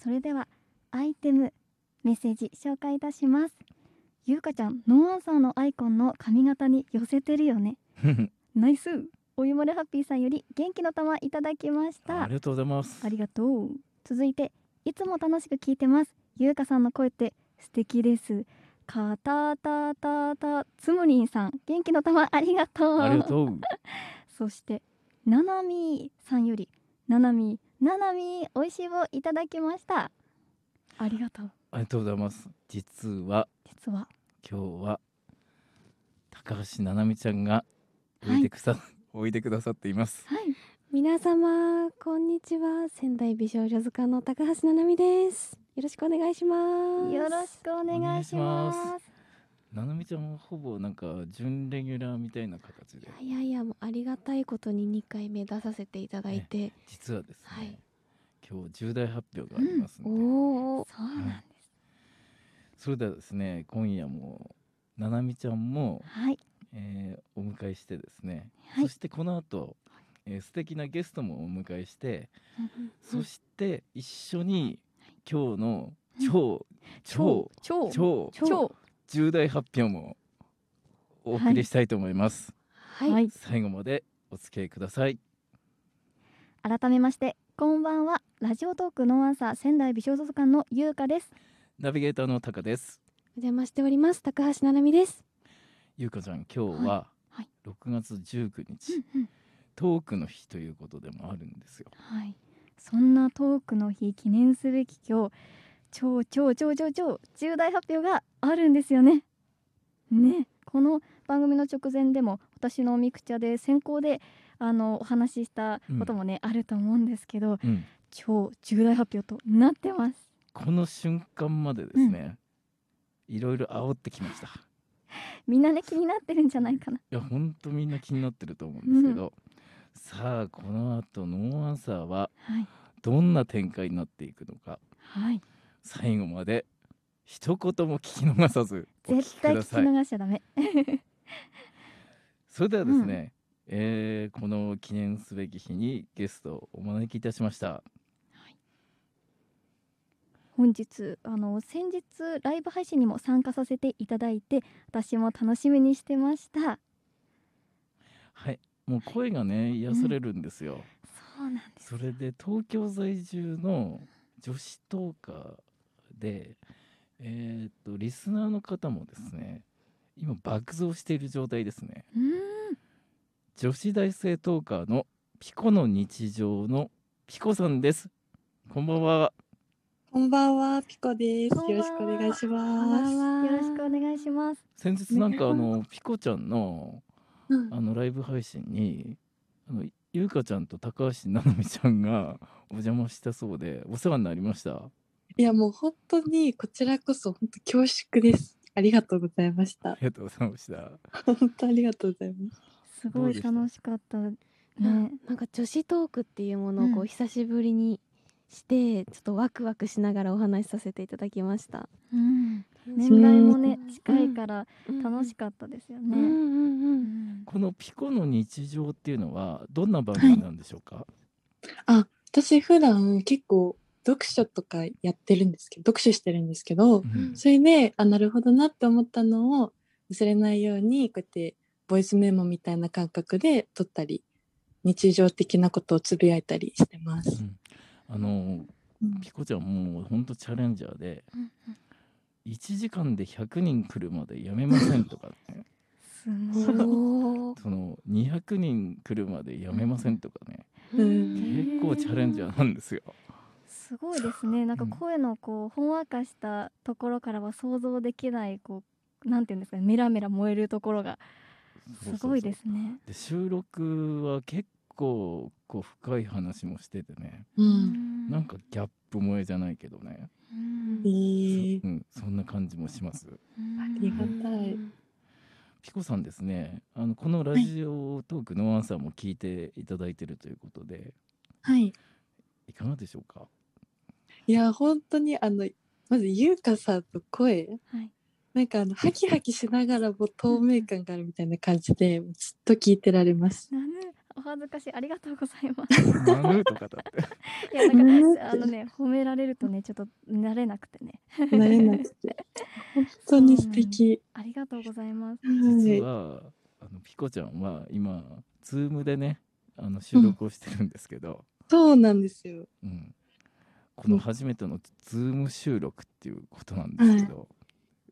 それではアイテムメッセージ紹介いたしますゆうかちゃんノーアンサーのアイコンの髪型に寄せてるよね ナイスお湯漏れハッピーさんより元気の玉いただきましたありがとうございますありがとう続いていつも楽しく聞いてますゆうかさんの声って素敵ですかたたたたつむりんさん元気の玉ありがとうありがとうそしてななみーさんよりななみーななみーおいしい棒いただきましたありがとうありがとうございます実は実は今日は高橋ななみちゃんがおいで くさ、おいでくださっていますはい皆様こんにちは仙台美少女図鑑の高橋ななみですよろしくお願いしますよろしくお願いしますお願いしななみちゃんはほぼなんか準レギュラーみたいな形でいやいやもうありがたいことに2回目出させていただいて、実はですね、はい今日重大発表がありますので、おおそうなんですそれではですね今夜もななみちゃんも、はいえーお迎えしてですね、はいそしてこの後、えー素敵なゲストもお迎えして、そして一緒に今日の超、超超超超重大発表もお送りしたいと思います、はい、はい最後までお付き合いください改めましてこんばんはラジオトークノーアンサー仙台美少女図鑑のゆうかですナビゲーターのタカですお邪魔しております高橋ななみですゆうかちゃん今日ははいはい6月19日、トークの日ということでもあるんですよはいそんなトークの日記念すべき今日超超超超超重大発表があるんですよねねこの番組の直前でも私のミクチャで先行であのお話ししたこともね、あると思うんですけどうん超重大発表となってますこの瞬間までですね、いろいろ煽ってきましたいみんなね気になってるんじゃないかなやほんとみんな気になってると思うんですけど、さあこの後ノーアンサーははいどんな展開になっていくのかはい最後まで一言も聞き逃さずお聞き絶対聞くだきさい逃しちゃダメそれではですね、えーこの記念すべき日にゲストをお招きいたしました本日あの先日ライブ配信にも参加させていただいて私も楽しみにしてましたはいもう声がね癒されるんですよ、そうなんですそれで東京在住の女子トーカーで、えーっとリスナーの方もですね今爆増している状態ですねうーん女子大生トーカーのピコの日常のピコさんですこんばんはこんばんは、ピコです。こよんばんはろしくお願いしこんばます。んはよろしくお願いします。先日なんかあのピコちゃんのうんあのライブ配信にあのゆうかちゃんと高橋ななみちゃんが お邪魔したそうでお世話になりましたいや、もう本当に、こちらこそ本当恐縮です。ありがとうございましあた。りがとうございました本当ありがとうございます。すごどうでいした楽しかったね。なんか女子トークっていうものをうこうん久しぶりにして、ちょっとワクワクしながらお話しさせていただきましたうん、年ん代もね近いから楽しくかったですよね、うんね。うんううんんこのピコの日常っていうのはどんな番組なんでしょうか。あ、私普段結構読書とかやってるんですけど、読書してるんですけど、うんそれで、あ、なるほどなって思ったのを忘れないように、こうやってボイスメモみたいな感覚で撮ったり、日常的なことをつぶやいたりしてます。あのうんピコちゃんもうほんとチャレンジャーでうん1時間で100人来るまでやめませんとか ねすごい。おーその200人来るまでやめませんとかねううん結ん構チャレンジャーなんですよ。すごいですね。なんかうん。声のこうほんわかしたところからは想像できないこうなんていうんですかねメラメラ燃えるところがすごいですすね。で収録は結構こう深い話もしててねう。うんなんかギャップ萌えじゃないけどね、うんえそーうん、そんな感じもします。うんりがたいピコさんですねあのこのラジオトークのアンサーも聞いていただいてるということで、い、はい。かがでしょうかいや本当にあのまず優香さんの声はい。なんかあのハキハキしながらも透明感があるみたいな感じでずっと聞いてられます。なぬお恥ずかしいありがとうございます。 マヌーとかだっていやなんうか あんのね褒められるとねちょっと慣れなくてね慣れなくて。本当に素敵。ありがとうございます実ははあのピコちゃんは今ズームでねあの収録をしてるんですけど、いそうなんですよ。うんこの初めてのズーム収録っていうことなんですけど、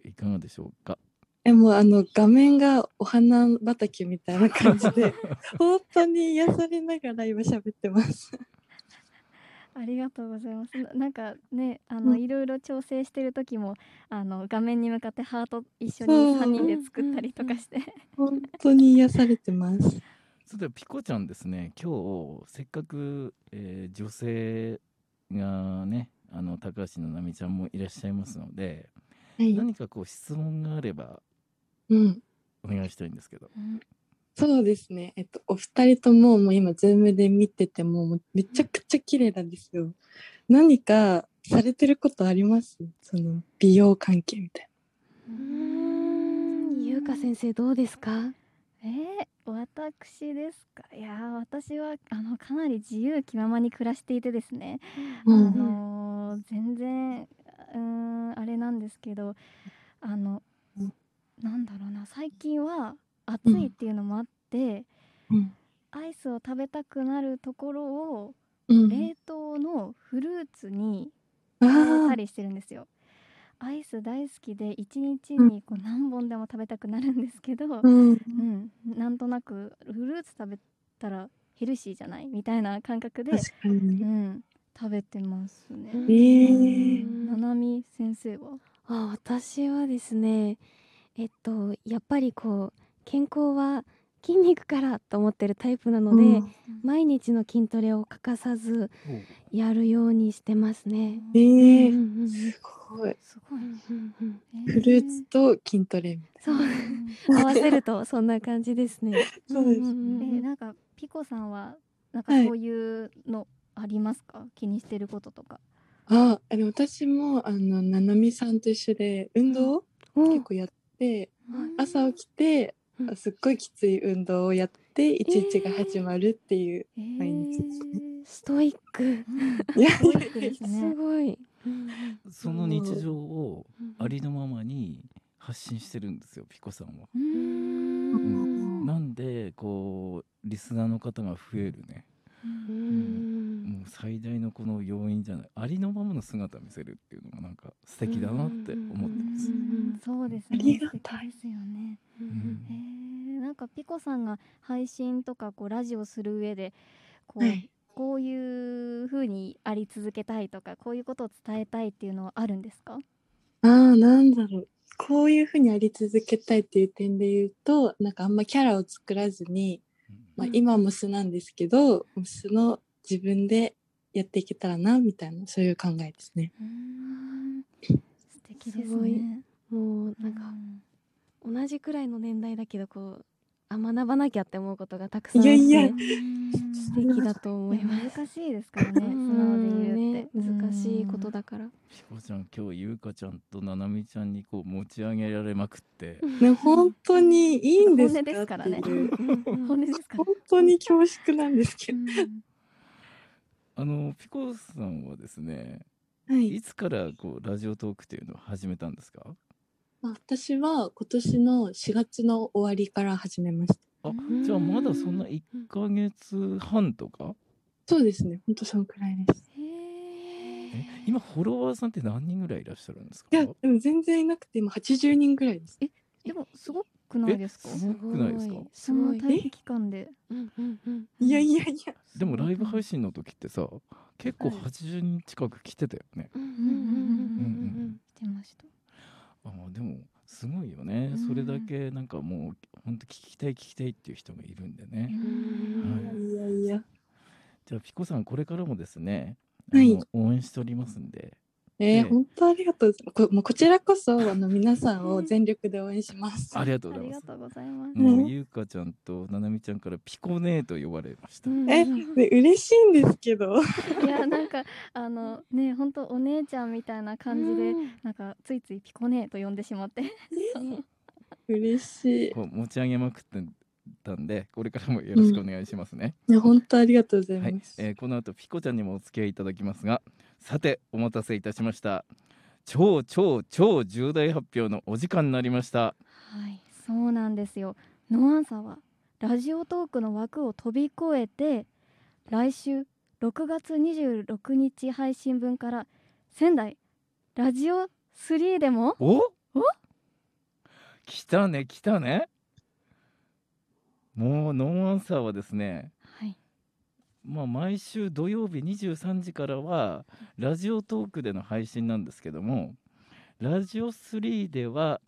いかがでしょうかえ、もうあの画面がお花畑みたいな感じ で、本当に癒されながら今喋ってます。ありがとうございますななんかねあの、うんいろいろ調整してる時もあの画面に向かってハート一緒そうに3人で作ったりとかして、本当に癒されてます。それではピコちゃんですね今日せっかく、えー女性がねあの高橋のなみちゃんもいらっしゃいますのではい。何かこう質問があればうん。お願いしたいんですけどそうですね。えっと、お二人とも、もう今、ズームで見てても、もうめちゃくちゃ綺麗なんですよ。何かされてることありますその、美容関係みたいうんゆうか先生どうですかえー、私ですかいやー私はあのかなり自由気ままに暮らしていてですね、な。あうん。のー全然うーんあれなんですけどあの、うんなんだろうな最近は暑いっていうのもあって、うん。アイスを食べたくなるところをうん、冷凍のフルーツに変えあたあ、りしてるんですよ。アイス大好きで一日にこう何本でも食べたくなるんですけど、うん。うん、なんとなくフルーツ食べたらヘルシーじゃないみたいな感覚で、確かうに。ん、食べてますね。えええななみ先生は、あ私はですねえっとやっぱりこう健康は筋肉からと思ってるタイプなので、うん毎日の筋トレを欠かさずおやるようにしてますね。ええうんうんうんすごい。すごい、うんうんえフルーツと筋トレみたいそううん合わせるとそんな感じですね。そうですねえんうんうんなんかピコさんはなんかはいそういうのありますか、気にしてることとかな。あ、でも私も、あの、ななみさんと一緒で、運動を結構やって、うん朝起きてうん、すっごいきつい運動をやって、一日が始まるっていう。えー毎日ストイック。いやストイックですすねごい。その日常をうんありのままに発信してるんですよピコさんは。うーうんなんでこうリスナーの方が増えるねうんもう最大のこの要因じゃないありのままの姿を見せるっていうのがなんか素敵だなって思ってます。うんそうですあねりがた素敵ですよねうんえー、なんかピコさんが配信とかこうラジオする上でこう、はいこういう風にあり続けたいとかこういうことを伝えたいっていうのはあるんですかああ、なんだろう。こういうふうにあり続けたいっていう点で言うと、なんかあんまキャラを作らずに、まあうん今も素なんですけど、もう素の自分でやっていけたらな、みたいな、そういう考えですね。素敵ですすごねいもうなんか同じくらいの年代だけどこうあ学ばなきゃって思うことがたくさんあっていやいや素敵だと思います。難しいですからね素直で言うって、うんね難しいことだから。ピコちゃん今日ゆうかちゃんとななみちゃんにこう持ち上げられまくってね、本当にいいんですか本音ですからねっていう本音ですか本当に恐縮なんですけど。あのピコさんはですねはいい。つからこうラジオトークっていうのを始めたんですかまあ私は今年の4月の終わりから始めました。あうんじゃあまだそんな1ヶ月半とかそうですね。本当そのくらいです。え今フォロワーさんって何人ぐらいいらっしゃるんですかいや、でも全然いなくて、今80人ぐらいです。でもすごくないですかえすごくないですかそすごのい。待機期間でうんうんうんいやいやいや。でもライブ配信の時ってさ結構はい80人近く来てたよね、うんうんうん出ましたあーでもすごいよね、うんそれだけなんかもうほんと聞きたい聞きたいっていう人もいるんでね、いはいやいや。じゃあピコさんこれからもですねあはいの応援しておりますんでええー、本当ありがとうございます。こもうこちらこそあの皆さんを全力で応援します。ありがとうあございりまがすとうございますもうゆうかちゃんとななみちゃんからピコ姉と呼ばれました、うん。え、で嬉しいんですけど。いやなんかあのね本当お姉ちゃんみたいな感じで、なんかついついピコ姉と呼んでしまって嬉しい。こう持ち上げまくってったんでこれからもよろしくお願いしますね、ね本当ありがとうございはいます。えーこの後ピコちゃんにもお付き合いいただきますがさてお待たせいたしました超超超重大発表のお時間になりましたはい、そうなんですよ。ノアンサーはラジオトークの枠を飛び越えて来週6月26日配信分から仙台ラジオ3でもおお来たね来たねもうノンアンサーはですねはいまあ毎週土曜日23時からはラジオトークでの配信なんですけどもラジオ3では、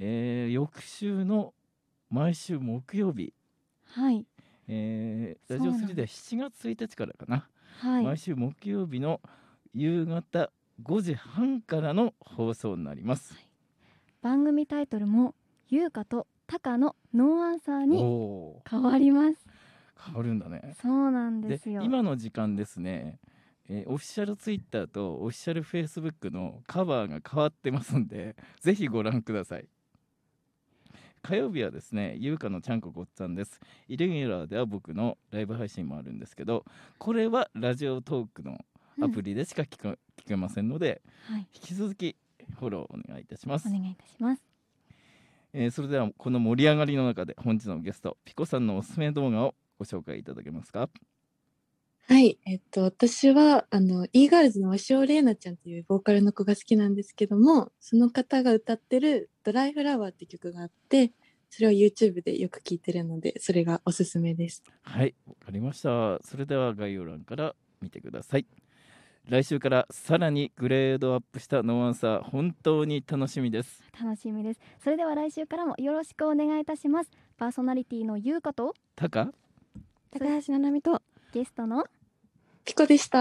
えー翌週の毎週木曜日、はいえーラジオそうなん3では7月1日からかなは毎い週木曜日の夕方5時半からの放送になります。番組タイトルも優香とタカのノーアンサーおにお変わります。ー変わるんだね。そうなんですよ。今の時間ですね、えーオフィシャルツイッターとオフィシャルフェイスブックのカバーが変わってますんでぜひご覧ください火曜日はですね優香のちゃんこごっつぁんですイレギュラーでは僕のライブ配信もあるんですけどこれはラジオトークのアプリ、リでしか聞け,、聞けませんのではい、引き続きフォローお願いいたしますお願いいたします。えーそれではこの盛り上がりの中で本日のゲストピコさんのおすすめ動画をご紹介いただけますかはい、えっと、私は、あの、e ガールズの鷲尾玲奈ちゃんというボーカルの子が好きなんですけども、その方が歌ってるドライフラワーって曲があって、それを YouTube でよく聴いてるので、それがおすすめです。はい、わかりました。それでは概要欄から見てください。来週からさらにグレードアップしたノーアンサー、本当に楽しみです。楽しみです。それでは来週からもよろしくお願いいたします。パーソナリティの優香とタカ高橋ななみとゲストのピコでした。